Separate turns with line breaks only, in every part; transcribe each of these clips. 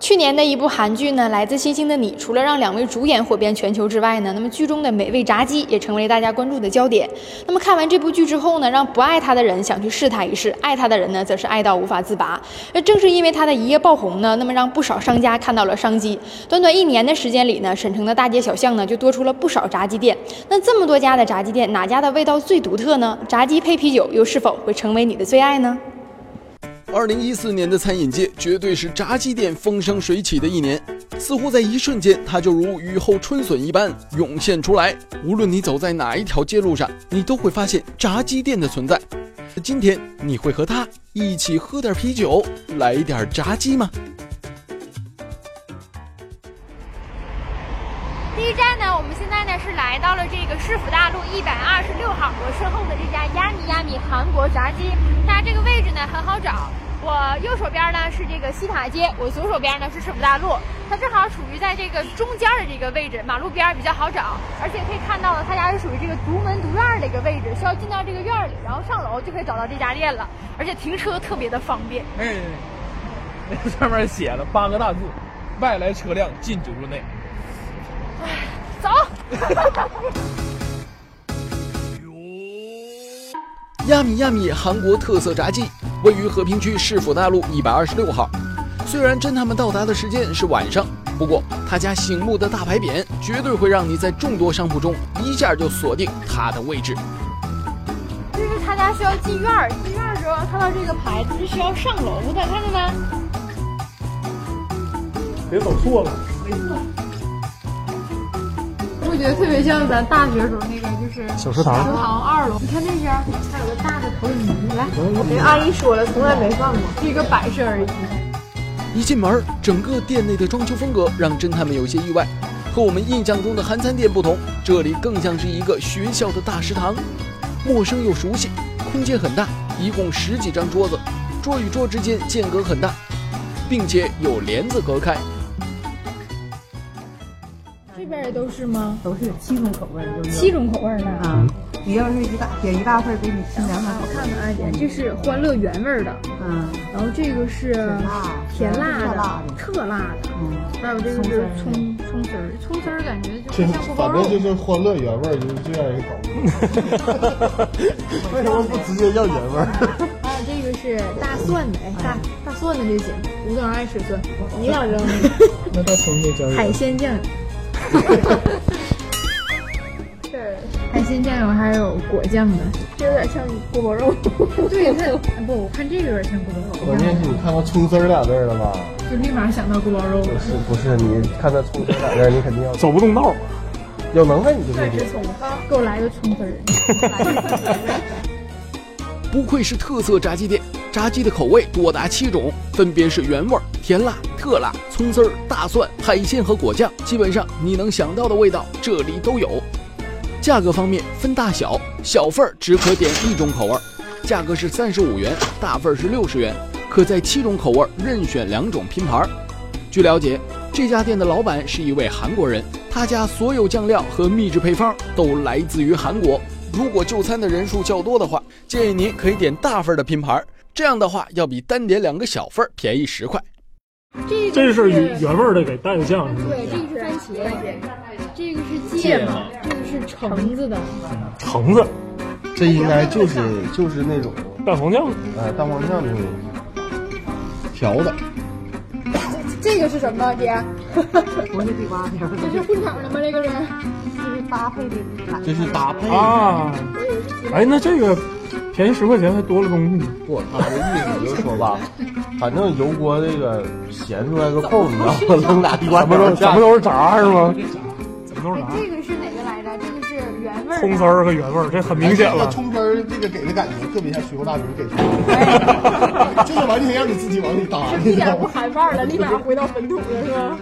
去年的一部韩剧呢，《来自星星的你》，除了让两位主演火遍全球之外呢，那么剧中的美味炸鸡也成为了大家关注的焦点。那么看完这部剧之后呢，让不爱他的人想去试他一试，爱他的人呢，则是爱到无法自拔。那正是因为他的一夜爆红呢，那么让不少商家看到了商机。短短一年的时间里呢，沈城的大街小巷呢，就多出了不少炸鸡店。那这么多家的炸鸡店，哪家的味道最独特呢？炸鸡配啤酒又是否会成为你的最爱呢？
二零一四年的餐饮界绝对是炸鸡店风生水起的一年，似乎在一瞬间，它就如雨后春笋一般涌现出来。无论你走在哪一条街路上，你都会发现炸鸡店的存在。今天你会和他一起喝点啤酒，来点炸鸡吗？
第一站呢，我们现在呢是来到了这个市府大路一百二十六号，我身后的这家亚米亚米韩国炸鸡，它这个位置呢很好找。我右手边呢是这个西塔街，我左手边呢是市府大路，它正好处于在这个中间的这个位置，马路边比较好找，而且可以看到了，它家是属于这个独门独院的一个位置，需要进到这个院里，然后上楼就可以找到这家店了，而且停车特别的方便。
嗯，那上面写了八个大字：外来车辆禁九入内。
走。
亚米亚米韩国特色炸鸡位于和平区市府大路一百二十六号。虽然侦探们到达的时间是晚上，不过他家醒目的大牌匾绝对会让你在众多商铺中一下就锁定它的位置。
就是他家需要进院儿，进院儿之后看到这个牌子是需要上楼的，看见没？
别走错了。
我觉得特别像咱大学时候那个，就是
小食堂，
堂二楼。你看那边还有个大的投影仪，来，
嗯
人阿姨说了，从来没放过，是一个摆设而已。
一进门，整个店内的装修风格让侦探们有些意外。和我们印象中的韩餐店不同，这里更像是一个学校的大食堂，陌生又熟悉，空间很大，一共十几张桌子，桌与桌之间间隔很大，并且有帘子隔开。
这边也都是吗？
都是七种口味儿，都有
七种口味呢。
啊。你要是一大点一大份儿，给你吃两种口味
看看啊，这是欢乐园味儿的，
儿。啊，
然后这个是
辣
甜
特
辣
辣
的、
的
特辣的，
嗯，
还有这个是葱葱丝儿，葱丝儿感觉就
这
像锅包
反正
肉。
就是欢乐原味儿，就是这样一个搞。 为什么不直接要原味儿？
还有这个是大蒜的，哎，大大蒜的就行。吴总爱吃蒜，你老扔那个
那他重新加入。
海 鲜酱。是海鲜酱油，还有果酱的，这有点像锅包肉。 对，它不，我看这个有点像锅包
关键是你看到“葱丝儿”俩字儿了吧？
肉，就立马想到锅包肉了。
是不是？你看到“葱丝儿”俩字儿，你肯定要
走不动道。
有能耐你就这点。
给我来个葱丝儿。
不愧是特色炸鸡店，炸鸡的口味多达七种，分别是原味儿、甜辣、特辣、葱丝儿、大蒜、海鲜和果酱，基本上你能想到的味道这里都有。价格方面分大小，小份儿只可点一种口味儿，价格是三十五元，大份儿是六十元，可在七种口味儿任选两种拼盘儿。据了解，这家店的老板是一位韩国人，他家所有酱料和秘制配方都来自于韩国。如果就餐的人数较多的话，建议您可以点大份儿的拼盘儿，这样的话要比单点两个小份儿便宜十块。
这个
这是原原味儿的，给带个酱是吗？
对，这个是番茄，这个是芥末，这个是橙子的。
橙子、
这应该就是就是那种
蛋黄酱，
呃蛋黄酱那种调的。
这个是什么，姐？
不是地瓜条儿，
这是混场的吗？这个是？
就是搭配的。
这是搭配
啊，哎，那这个便宜十块钱还多了东西呢。
不，他的意思就是说吧，反正油锅这个咸出来个空，你知道吗？扔俩地瓜
咱
条
们都咱
下
们都是炸是吗？咱们都是炸，
哎这个是哪个来着？这个是原味儿
葱丝
的。
儿和原味儿，这很明显
这个
了。
葱丝儿这个给的感觉特别像水锅大鱼给出
哎
的， 就是完全让你自己往里搭，你
一
知道
点
吗
不？含范儿了，立马回到本土了，是吧？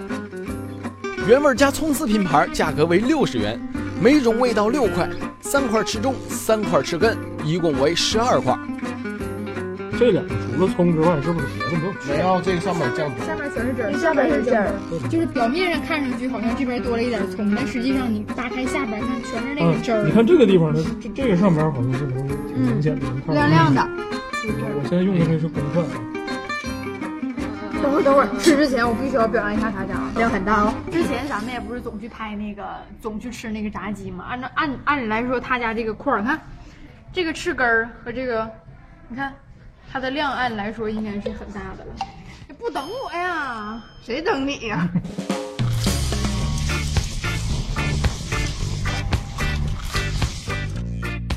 原味加葱丝拼盘，价格为六十元，每种味道六块，三块吃中，三块吃根，一共为十二块。
这两个除了葱之外，是不是别的没有？
没有这个上面酱汁，
下面全是汁
这下边是
汁
馅儿，
就是表面上看上去好像这边多了一点葱，但实际上你扒开下边看全是那个汁
嗯，你
儿，嗯
看这个地方呢，这这个上边好像是能挺明显的，能看到嗯
亮亮的。
嗯
我现在用的这是公筷啊。
等会儿等会儿，吃之前我必须要表扬一下他家，量很大哦。
之前咱们也不是总去拍那个，总去吃那个炸鸡嘛。按照按按理来说，他家这个块儿，你看这个翅根儿和这个，你看它的量，按理来说应该是很大的了。不等我呀，
谁等你呀、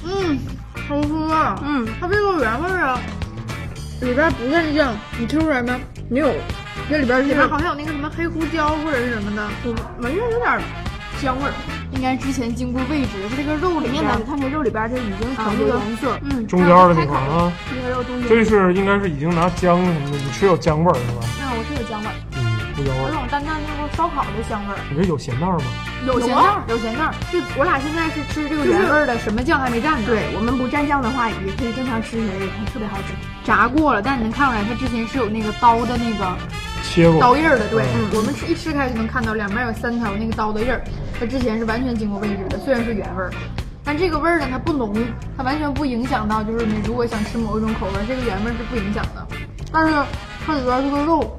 嗯，好吃啊，
嗯，
它这个原味儿啊，里边不是酱，你吃出来没？
没有，这里边
里
是
边好像有那个什么黑胡椒或者是什么的，
我嗯闻着有点香味儿，
应该之前经过味觉，它这个肉里
里
面
面
呢
呢，，看这肉里边这已经
啊
成
这
这个
个
颜色，嗯，
中间的那块儿啊，
这个肉中间，
这是应该是已经拿姜什么的，你吃有姜味儿是吧？
嗯，我是有姜味儿，
嗯，胡椒味
有
儿。
种淡淡那个烧烤的香味儿，
你这有咸蛋吗？
有
咸
咸
蛋
蛋
儿
儿，有咸蛋儿。这我俩现在是吃这个
原
原
味
味
儿
儿。
的，什么酱还没蘸呢。
对我们不蘸酱的话，也可以正常吃起来，也特别好吃。
炸过了，但你能看出来它之前是有那个刀的那个
切过。
刀印儿的，对，嗯我们吃一吃开就能看到两边有三条那个刀的印儿，它之前是完全经过煨制的，虽然是原味儿，但这个味儿呢它不浓，它完全不影响到就是你如果想吃某一种口味儿，这个原味儿是不影响的。但是它里边儿这个肉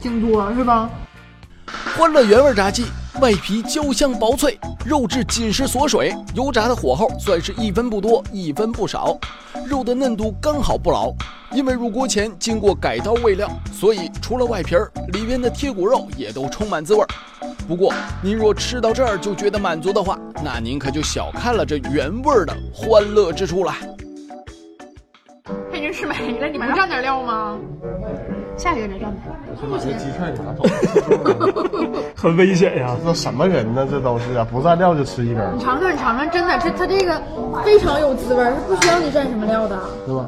挺多是吧？
欢乐原味炸鸡，外皮焦香薄脆，肉质紧实锁水，油炸的火候算是一分不多，一分不少，肉的嫩度刚好不老。因为入锅前经过改刀喂料，所以除了外皮儿，里边的贴骨肉也都充满滋味儿。不过，您若吃到这儿就觉得满足的话，那您可就小看了这原味儿的欢乐之处了。
它已经吃没了，你不蘸点料吗？下一个再蘸呗。
我去把这鸡翅给拿走。
很危险呀。
这什么人呢？这都是啊，不蘸料就吃一根儿
你，尝尝，你尝尝，真的，这它这个非常有滋味儿，它不需要你蘸什么料的，
对吧？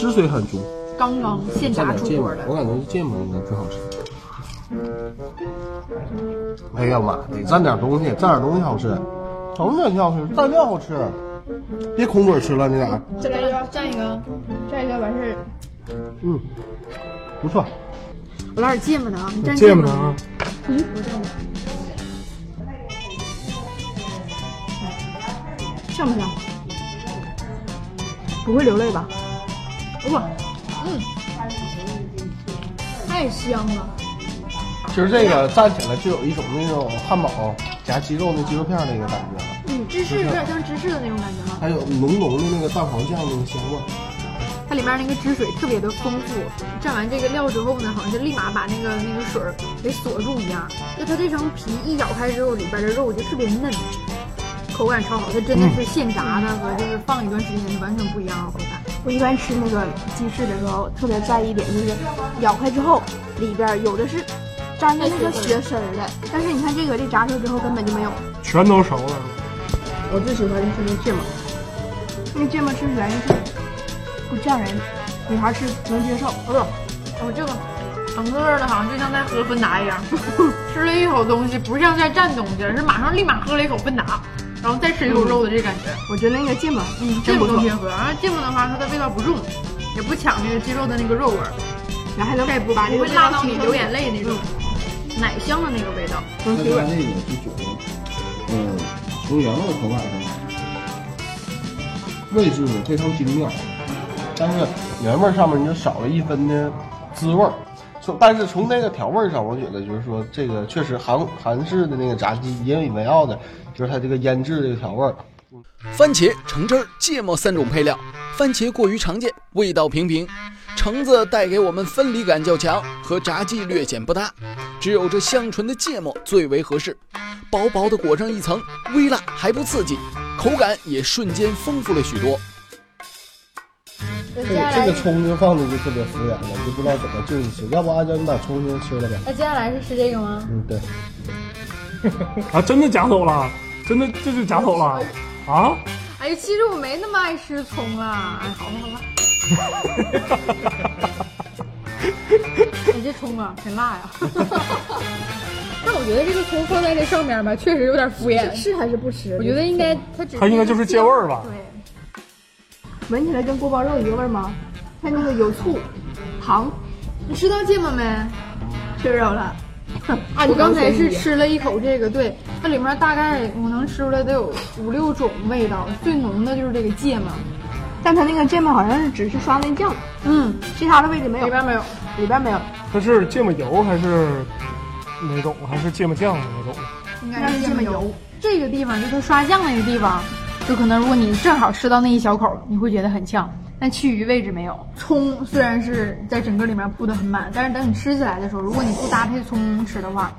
汁水很足，
刚刚现
蘸
炸
点
出
芥末
锅的，。
我感觉是芥末应该最好吃。哎呀妈，得蘸点东西，蘸点东西好吃，什么东西好吃？蘸料好吃，别空嘴吃了你俩。
再来一个，蘸一个，蘸一个完事儿。
嗯，不错，
我来点芥末呢啊，你蘸
芥
芥
末
末
呢啊？
像不像？
不会流泪吧？
太香了，
其实这个蘸起来就有一种那种汉堡夹鸡肉那鸡肉片儿那个感觉了，
嗯，芝士有点像芝士的那种感觉吗？
还有浓浓的那个蛋黄酱那个香味儿。
它里面那个汁水特别的丰富，蘸完这个料之后呢，好像就立马把那个那个水儿给锁住一样。就它这层皮一咬开之后，里边的肉就特别嫩，口感超好。它真的是现炸的和就是放一段时间就完全不一样的口感。
我一般吃那个鸡翅的时候，特别在意一点就是，咬开之后里边儿有的是沾着那个血丝儿的，但是你看这个这炸出来之后根本就没有。
啊全都熟了。
我最喜欢的是那芥末，那芥末吃起来就是不呛人，女孩吃能接受。哦，
哦，这个整个的好像就像在喝芬达一样，吃了一口东西，不是像在蘸东西，是马上立马喝了一口芬达，然后再吃一口肉的这感觉。
我觉得那个芥末，嗯，
这
真
个
不
更
错，
贴合。然后芥末的话，它的味道不重，也不抢这个鸡肉的那个肉味儿，
然后还能
它也不
把这
不
个
会辣到你流眼泪那种。
嗯
奶香的那个味道，
能
那
提
它
味
这。个就觉得，嗯，从原味口感上，
位置呢非常精妙，但是原味儿上面你就少了一分的滋味儿。从但是从那个调味儿上，我觉得就是说这个确实韩韩式的那个炸鸡引以为傲的，就是它这个腌制这个调味儿。
番茄、橙汁儿、芥末三种配料。番茄过于常见，味道平平；橙子带给我们分离感较强，和炸鸡略显不搭。只有这香醇的芥末最为合适，薄薄的裹上一层，微辣还不刺激，口感也瞬间丰富了许多。
那
这个哎这个葱就放的就特别敷衍了，就不知道怎么对你吃。要不按照你把葱就吃了呗。
那接下来是吃这个吗？
嗯，对，
啊，真的夹走了，真的这就夹走了啊！
哎呀，其实我没那么爱吃葱啊。哎，好吧好吧，你这葱啊，挺辣呀。 但我觉得这个葱放在这上面吧，确实有点敷衍。
吃还是不吃？
我觉得应该它只
它应该就是借味儿吧？
闻起来跟锅包肉一个味儿吗？它那个有醋、糖，
你吃到芥末没？
吃着 了。啊
我刚才是吃了一口这个，对，它里面大概我能吃出来得有五六种味道，最浓的就是这个芥末，
但它那个芥末好像是只是刷那酱，
嗯，
其他的位置没有，
里边没有，
里边没有，
它是芥末油还是哪种？还是芥末酱的那种？
应
该是芥末油。
这个地方就是刷酱那个地方，就可能如果你正好吃到那一小口，你会觉得很呛，但其余位置没有。
葱虽然是在整个里面布的很满，但是等你吃起来的时候，如果你不搭配葱吃的话，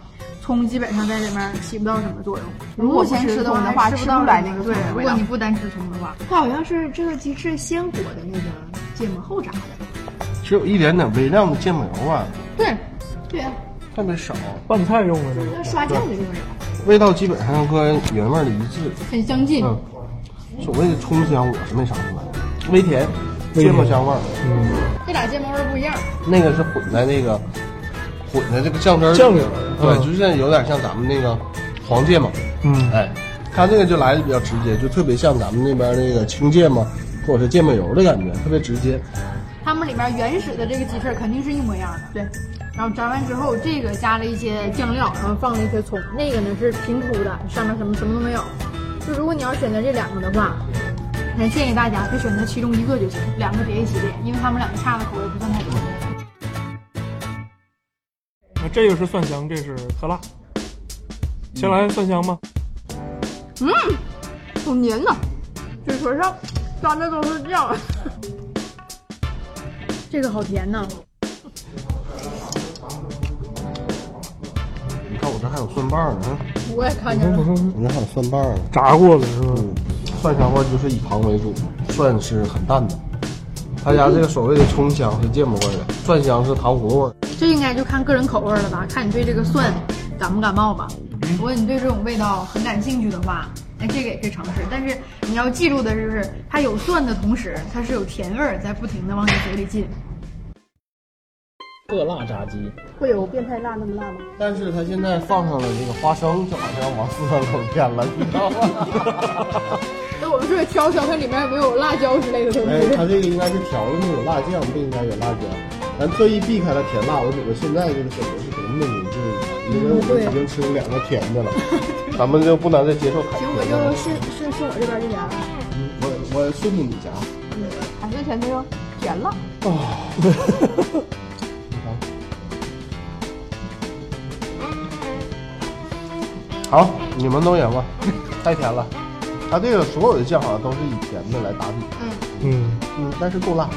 葱基本上在里面起不到什么作用。如果
目前
不
吃
吃
的
葱
话
的话，
吃不
吃
到
不出来那个
对
葱的，
如
味
果
道
你。不单吃葱的话，
它好像是这个鸡翅鲜果的那个芥末后炸的。
只有一点点微量的芥末油啊，
对，
对啊，
特别少，
拌菜用的那
那
种。
刷酱的地方有。
味道基本上跟原味儿的一致。
很相近。
嗯，所谓的葱香我是没尝出来，微甜，芥末香味儿，
这俩芥末味儿不一样。
那个是混在那个混在这个酱汁儿里
酱里儿
对，
嗯
就是有点像咱们那个黄芥末，
嗯，
哎，它这个就来的比较直接，就特别像咱们那边那个青芥末或者是芥末油的感觉，特别直接。
它们里面原始的这个鸡翅肯定是一模一样的。
对，
然后炸完之后，这个加了一些酱料，然后放了一些葱，那个呢是平铺的，上面什么什么都没有。就如果你要选择这两个的话，那建议大家就选择其中一个就行，两个别一起点，因为他们两个差的口味不算太多。
那这个是蒜香，这是特辣。先来蒜香吧，
哦
好黏呐，嘴唇上沾的都是酱。
这个好甜呐！
你看我这还有蒜瓣儿呢，
我也看见了，
我这还有蒜瓣儿呢。
炸过了是吧？
蒜香味就是以糖为主，蒜是很淡的。他家这个所谓的葱香是芥末味儿的，蒜香是糖葫芦味儿。
这应该就看个人口味了吧，看你对这个蒜感不感冒吧。如果你对这种味道很感兴趣的话，那这个也可以尝试。但是你要记住的就是，它有蒜的同时，它是有甜味儿在不停的往你嘴里进。
特辣炸鸡，
会有变态辣那么辣吗？
但是他现在放上了这个花生，就好像往四川口偏了，你知道吗？
那我们是挑挑看里面有没有辣椒之类的东
哎，他这个应该是调的那种辣酱，不应该有辣椒。咱特意避开了甜辣，我觉得现在这个感觉是多么的明智啊！因为我们已经吃了两个甜的了，咱们就不能再接受海
行，
鲜
我
了
就。顺顺顺我这边这家了。
嗯我我顺着你夹，
海参甜的哟，甜了。
哦 好，你们都赢了，太甜了。他这个所有的酱好像都是以甜的来打底，
嗯，
嗯，但是够辣，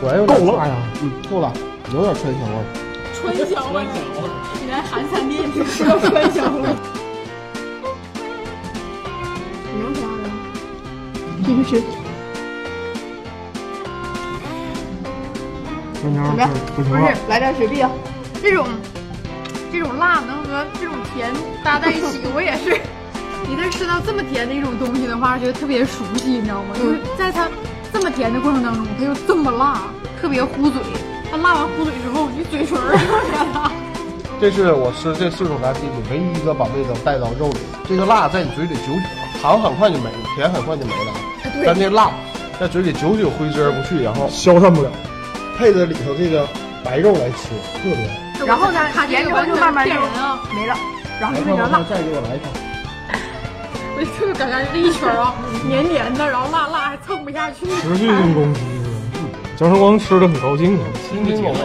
果然有点
够辣呀！
嗯，够辣，有点川香味儿。
春香味儿，你来韩餐店就吃到春香味儿。
你能不要了？继续吃。
蒜香味儿
不
不行
是
了，，
来点雪碧啊！
这种这种辣能和这种甜搭在一 起，我也是。一旦吃到这么甜的一种东西的话，觉得特别熟悉，你知道吗？就是在它这么甜的过程当中，它又这么辣，特别糊嘴。它辣完糊嘴之后，你嘴唇儿有点辣。
这是我吃这四种炸鸡里唯一一个把味道带到肉里，这个辣在你嘴里久久，糖很快就没了，甜很快就没
啊
了，但这辣在嘴里久久挥之而不去，然后
消散不了。
配着里头这个白肉来吃，特别好。
然后呢，
它
盐之后就慢慢
骗人
就
啊！
没了，然后就变成
嗯
辣。
再给我来一口。
我特别感觉这一圈儿啊，
嗯
黏黏的，然后辣辣还蹭不下去。
持续性攻击是吧？蒋胜光吃的很高兴啊。
津津有味，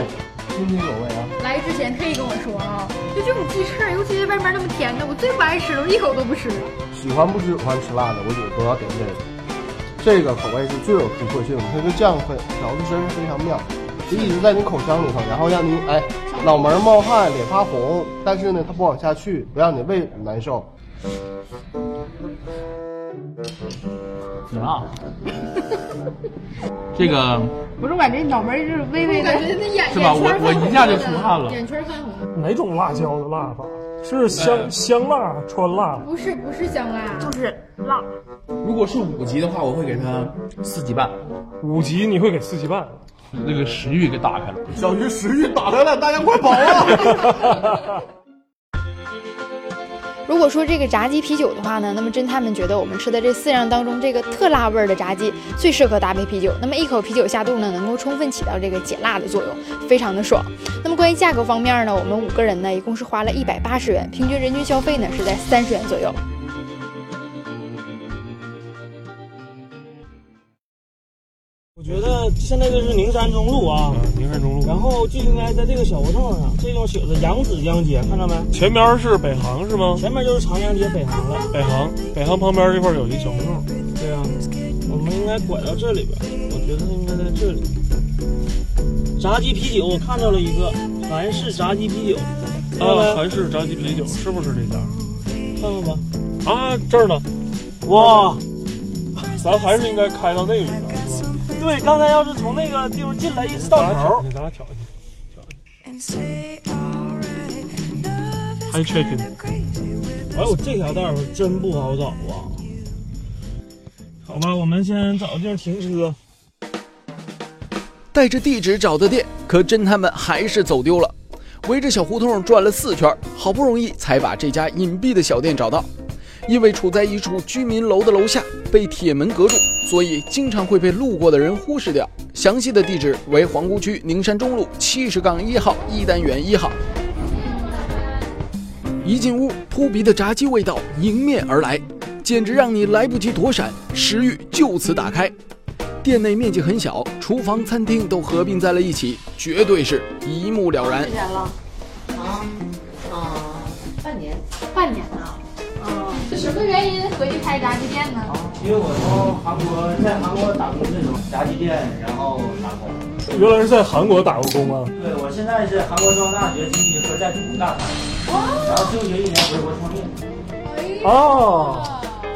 津津有味啊！
来之前特意跟我说啊，就这种鸡翅，尤其是外面那么甜的，我最不爱吃了，我一口都不吃。
喜欢不喜欢吃辣的，我觉得都要点这个。这个口味是最有突破性的，它这酱粉调的真是非常妙，就一直在你口腔里头，然后让你哎脑门冒汗、脸发红，但是呢它不往下去，不让你胃难受。
挺辣。这个
不是，我感觉脑门就是微微的。
是吧？我我一下就出汗了。
眼圈泛红，
哪种辣椒的辣法？是香香辣、川辣，
不是不是香辣，
如果是五级的话，我会给它四级半，
五级你会给四七半。啊
那个食欲给打开了。
小鱼食欲打开了，大家快跑啊！
如果说这个炸鸡啤酒的话呢，那么侦探们觉得我们吃的这四样当中，这个特辣味儿的炸鸡最适合搭配啤酒。那么一口啤酒下肚呢，能够充分起到这个解辣的作用，非常的爽。那么关于价格方面呢，我们五个人呢一共是花了一百八十元，平均人均消费呢是在三十元左右。
觉得现在这是宁山中路啊，
嗯宁山中路。
然后就应该在这个小胡同上，这种写着扬子江街，看到没？
前边是北航是吗？
前面就是长江街北航了。
北航，北航旁边这块有一个小胡同。
对啊，我们应该拐到这里边，我觉得应该在这里。炸鸡啤酒，我看到了一个韩式炸鸡啤酒，看到没
啊，韩式炸鸡啤酒是不是这家？
看看吧。
啊，这儿呢。
哇，
咱还是应该开到那个地方。
对，刚才要是从那个地方进来，一直到
咱俩挑
头
一。下，咱俩挑一下。还 check in。
哎呦，这条道儿真不好找啊！好吧，我们先找个地儿停车。
带着地址找的店，可侦探们还是走丢了。围着小胡同转了四圈，好不容易才把这家隐蔽的小店找到。因为处在一处居民楼的楼下，被铁门隔住，所以经常会被路过的人忽视掉。详细的地址为皇姑区宁山中路七十杠一号一单元一号。一进屋，扑鼻的炸鸡味道迎面而来，简直让你来不及躲闪，食欲就此打开。店内面积很小，厨房、餐厅都合并在了一起，绝对是一目了然。
年了？啊啊，半年。
半年了。嗯，这什么原因合计开炸鸡店呢？
因为我从韩国在韩国打工这种炸鸡店，然后打工。
原来是在韩国打过工吗？
对，我现在是韩国中央大学经济科在主攻大三，然后就学一年回国创业。
啊
哦，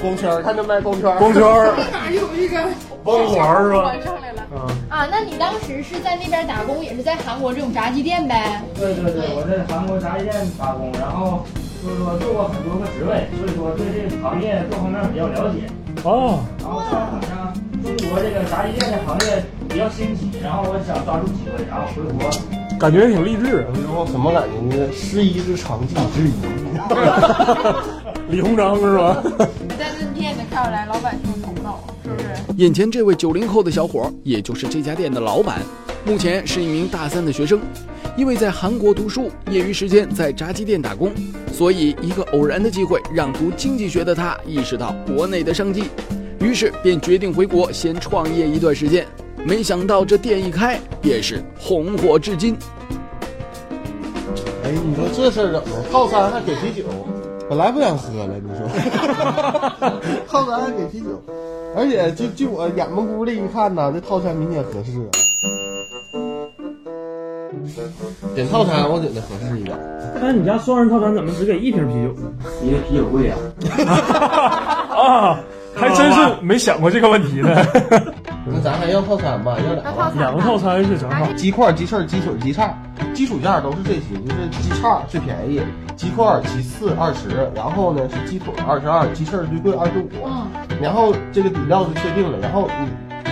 光圈儿，看这卖光圈儿，
光 圈儿
哪有一个
光环儿是吧
上来了
啊，
啊！那你当时是在那边打工，也是在韩国这种炸鸡店呗？
对对对，我在韩国炸鸡店打工，然后就是说做过很多个职位，所以说对这个行业各方面比较了解。
哦，
然后刚好像中国这个炸鸡店的行业比较新奇，然后我想抓住机会，然后回国。
感觉挺励志。
你说什么感觉呢？失一之长技之矣。
李鸿章是 吧？
你在这店里看出来，老板挺头脑，是不是？
眼前这位九零后的小伙儿，也就是这家店的老板，目前是一名大三的学生，因为在韩国读书，业余时间在炸鸡店打工，所以一个偶然的机会让读经济学的他意识到国内的商机，于是便决定回国先创业一段时间。没想到这店一开便是红火至今。
哎，你说这事儿整的，套餐还给啤酒，本来不想喝了，你 说，套餐还给啤酒，而且就就我眼巴咕的一看呐，这套餐明显合适啊。点套餐我觉得合适一点，
但是你家双人套餐怎么只给一瓶啤酒呢？
因为啤酒贵啊。
啊，还真是没想过这个问题呢。
那咱还要套餐吧？要俩吧？
两个套餐是正好。
鸡块、鸡翅、鸡腿、鸡叉，基础价都是这些，就是鸡叉最便宜，鸡块其次二十，然后呢是鸡腿二十二，鸡翅最贵二十五，然后这个底料就确定了，然后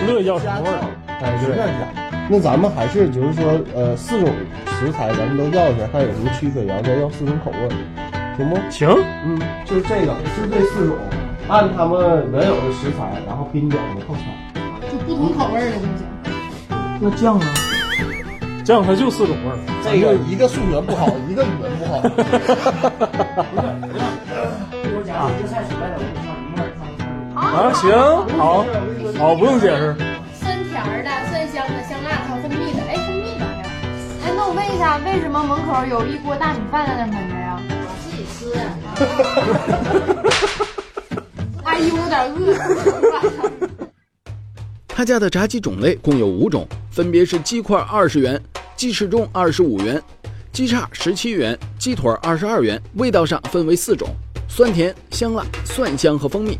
你
乐要
什么味儿？哎，随便加。那咱们还是就是说，呃，四种食材咱们都要一下，看有什么区分，然后再要四种口味，行不？
行，
嗯，就是这个，就这四种，按他们原有的食材，然后拼点的套餐。
就不同口味儿的东西。
那酱呢？
酱它就四种味儿。
这个一个数学不好，一个语文不好。
我讲这菜出来了，我就上什么味儿？
啊，行，好，好，不用解释。
酸甜儿的、酸香的、香辣的，还有蜂蜜的。哎，蜂蜜哪呀？
哎，那我问一下，为什么门口有一锅大米饭在那盆着呀？
自己吃啊。
阿姨，我有点饿。
他家的炸鸡种类共有五种，分别是鸡块二十元、鸡翅中二十五元、鸡叉十七元、鸡腿二十二元。味道上分为四种：酸甜、香辣、蒜香和蜂蜜。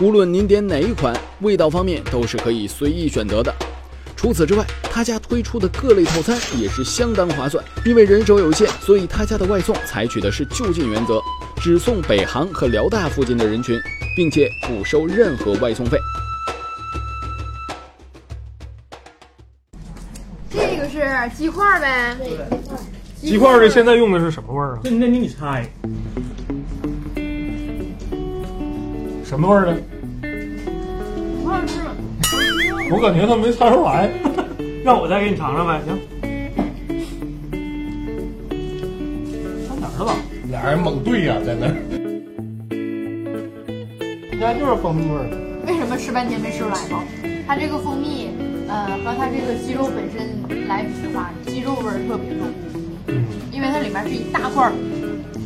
无论您点哪一款，味道方面都是可以随意选择的。除此之外，他家推出的各类套餐也是相当划算。因为人手有限，所以他家的外送采取的是就近原则，只送北航和辽大附近的人群，并且不收任何外送费。
这个是鸡块呗？对，
鸡块的现在用的是什么味儿啊？
那那你你猜，
什么味儿呢？
不好吃。
我感觉他没猜出 来。
让我再给你尝尝呗。行，上哪儿了？
俩人猛对呀、在那儿。应该就是蜂蜜味儿。
为什么吃半天没吃出来吗？它这个蜂蜜，嗯、
呃，和它这个鸡肉本身来比的话，鸡肉味儿特别重，因为它里面是一大块儿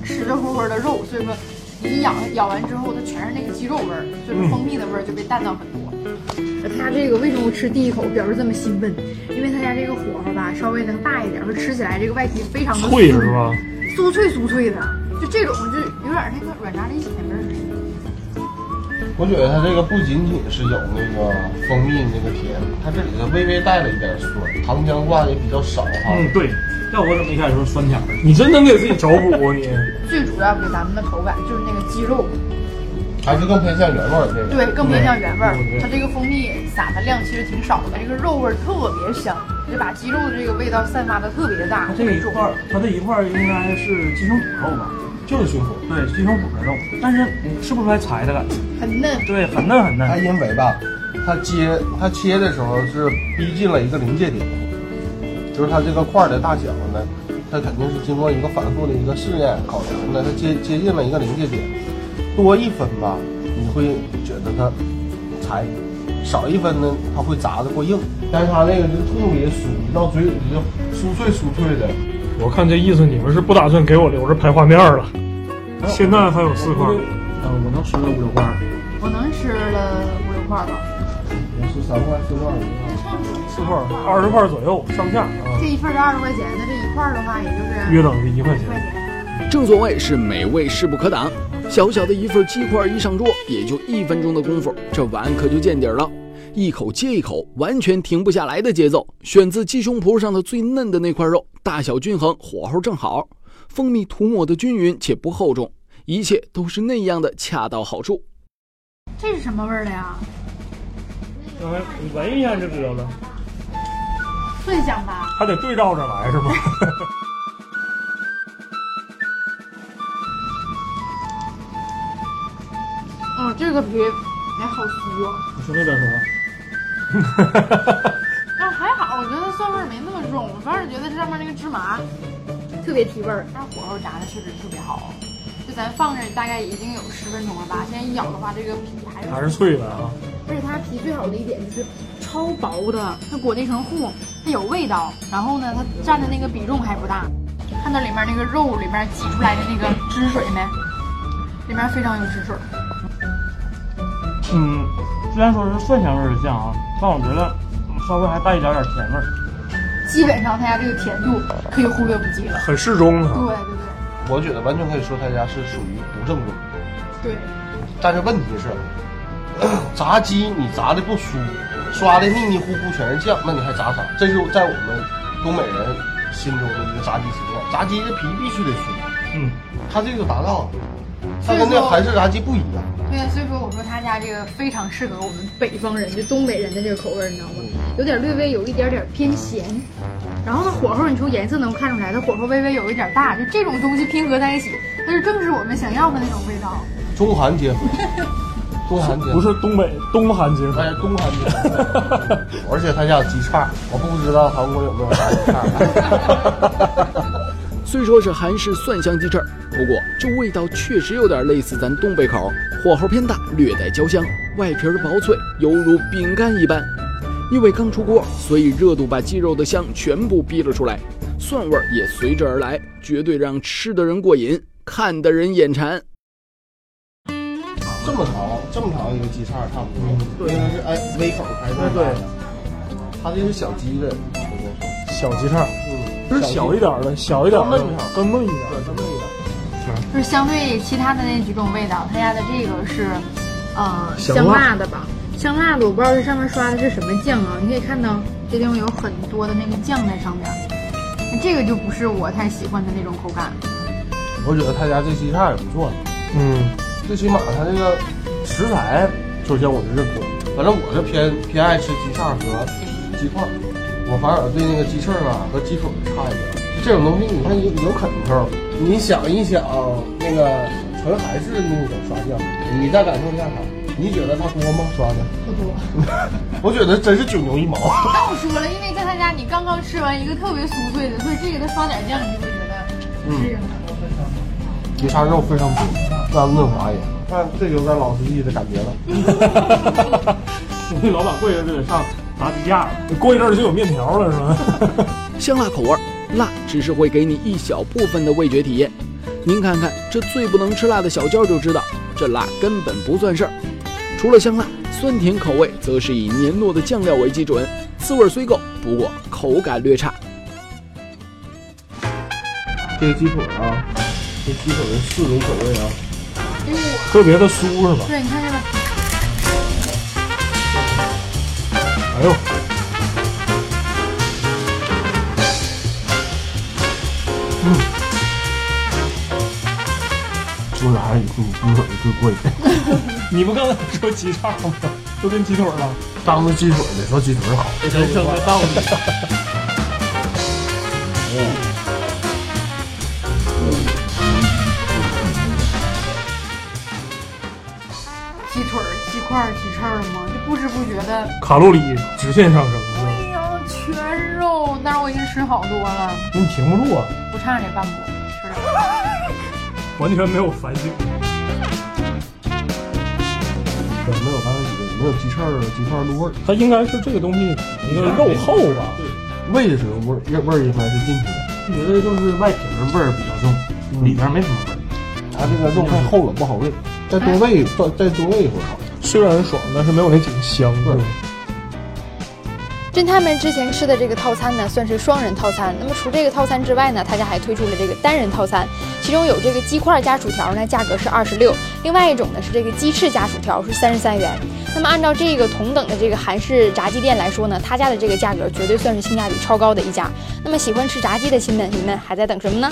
湿热乎乎的肉，所以说你一咬咬完之后，它全是那个鸡肉味儿，所以说蜂蜜的味儿就被淡到很多。它这个为什么我吃第一口表示这么兴奋？因为它家这个火候吧，稍微能大一点，会吃起来这个外皮非常的
脆是吧？
酥脆酥脆的，就这种就有点那个软炸类甜味儿。
我觉得它这个不仅仅是有那个蜂蜜那个甜，它这里头微微带了一点酸，糖浆化的也比较少哈。
嗯，对，
要我怎么一开始说酸甜
你真能给自己找补啊你。
最主要给咱们的口感就是那个鸡肉，
还是更偏向原味儿那个？
对，更偏向原味儿
嗯。
它这个蜂蜜撒的量其实挺少的，这个肉味儿特别香，就把鸡肉的这个味道散发的特别大，
它这一块儿，它这一块儿应该是鸡胸脯肉吧？
就是胸脯，
对，鸡胸脯的肉，但是你吃不出来柴的感觉。
很嫩。
对，很嫩很嫩。
它因为吧，它切它切的时候是逼近了一个临界点，就是它这个块儿的大小呢，它肯定是经过一个反复的一个试验考量的，它接接近了一个临界点，多一分吧，你会觉得它柴；少一分呢，它会炸得过硬。但是它那个就特别酥，一到嘴里就酥脆酥脆的。
我看这意思，你们是不打算给我留着拍画面了？
哎
现在还有四块，呃，我能吃了五六块。
我能吃了五六块儿吧。
我是三块四块五块，
四块二十块左右上下啊，
这一份是二十块钱，那这一块儿的话也就是
约等于一块钱。
正所谓是美味势不可挡，小小的一份鸡块一上桌，也就一分钟的功夫，这碗可就见底儿了。一口接一口，完全停不下来的节奏，选自鸡胸脯上的最嫩的那块肉，大小均衡，火候正好，蜂蜜涂抹的均匀且不厚重，一切都是那样的恰到好处。
这是什么味儿的呀？
刚才你哎闻一下就知道了，
脆香吧？
还得对照着来 是吗？
嗯，这个皮哎好酥啊，
你说那边说，
但还好，我觉得蒜味儿没那么重，我反而觉得这上面那个芝麻特别提味儿，但是火候炸的确实特别好。就咱放这儿大概已经有十分钟了吧，现在一咬的话，这个皮还是
还是脆的啊。
而且它皮最好的一点就是超薄的，它裹那层糊，它哎有味道。然后呢，它占的那个比重还不大。看到里面那个肉里面挤出来的那个汁水没？里面非常有汁水。
嗯，虽然说是蒜香味儿的酱啊，但我觉得稍微还带一点点甜味儿。
基本上它家这个甜度可以忽略不计了。
很适中
对
啊。
对
我觉得完全可以说他家是属于不正宗。
对对，
但是问题是， 炸鸡你炸的不酥，刷的腻腻乎乎全是酱，那你还炸啥？这是在我们东北人心中的一个炸鸡形象。炸鸡的皮必须得酥，
嗯，
它这个达到了，它跟那韩式炸鸡不一样。
对呀，所以说我说他家这个非常适合我们北方人，就东北人的这个口味儿，你知道吗？有点略微有一点点偏咸，然后呢火候，你从颜色能看出来，它火候微微有一点大，就这种东西拼合在一起，它就正是我们想要的那种味道。
中韩结合，中韩结合
不是东北东韩结合，
哎，东韩结合，而且他家有鸡串，我不知道韩国有没有炸鸡 串。
虽说是韩式蒜香鸡翅，不过这味道确实有点类似咱东北口，火候偏大，略带焦香，外皮儿薄脆，犹如饼干一般。因为刚出锅，所以热度把鸡肉的香全部逼了出来，蒜味儿也随之而来，绝对让吃的人过瘾，看的人眼馋。
这么长，这么长一个鸡串差不多，应该是哎微口开的。对，它这是小鸡的，
小鸡翅，
嗯
就是小一点儿的，小一点儿的
更嫩一点，
更嫩一点儿。
就是相对其他的那几种味道，他家的这个是，呃，
香
香
辣
辣的吧？香辣的我不知道这上面刷的是什么酱啊，你可以看到这地方有很多的那个酱在上面，那这个就不是我太喜欢的那种口感。
我觉得他家这鸡串也不错，
嗯，
最起码他这个食材，首先我是认可。反正我是偏偏爱吃鸡串和鸡块，我反而对那个鸡翅啊和鸡腿差一点。这种东西你看有有啃头，你想一想那个纯韩式那种刷酱，你再感受一下它，你觉得它多吗？刷的？
不多。
我觉得真是九牛一毛。
但我说了，因为在他家你刚刚吃完一个特别酥脆的，所以这个再刷点酱，你就会觉得
嗯
是。
鸡叉肉非常薄，非常嫩滑也。看这有点老司机的感觉了。
老板跪着就得上
答题架了。过一阵儿就有面条了，是吧？
香辣口味儿，辣只是会给你一小部分的味觉体验。您看看这最不能吃辣的小娇就知道，这辣根本不算事儿。除了香辣，酸甜口味则是以黏糯的酱料为基准，滋味虽够，不过口感略差。
这个鸡腿啊，这鸡腿有四种口味啊，
特别的酥是吧？
对，你看这个，
哎呦，嗯，
就是还是以鸡腿最贵。
你不刚才说鸡叉吗？都变鸡腿了。
当着鸡腿的说鸡腿好，
这人生的道理。
鸡腿儿、鸡块儿、鸡翅儿吗？就不知不觉的，
卡路里直线上升，是吧
哎呦，全肉！但是我已经吃好多了，
那你停不住啊，
不差这半波，吃了。
完全没有反省。
对，没有刚才几个，没有鸡翅儿、鸡块儿入味儿，
它应该是这个东西一个肉厚啊吧？
味是有味儿，味味儿应该是进去的。
觉得就是外皮儿味儿比较重，里边没什么味儿。
它这个肉太厚了，不好喂，再多喂再再多喂一会儿好。
虽然爽，但是没有那几个香。对，
侦探们之前吃的这个套餐呢，算是双人套餐。那么除这个套餐之外呢，他家还推出了这个单人套餐，其中有这个鸡块加薯条呢，价格是二十六；另外一种呢是这个鸡翅加薯条是三十三元。那么按照这个同等的这个韩式炸鸡店来说呢，他家的这个价格绝对算是性价比超高的一家。那么喜欢吃炸鸡的亲们，你们还在等什么呢？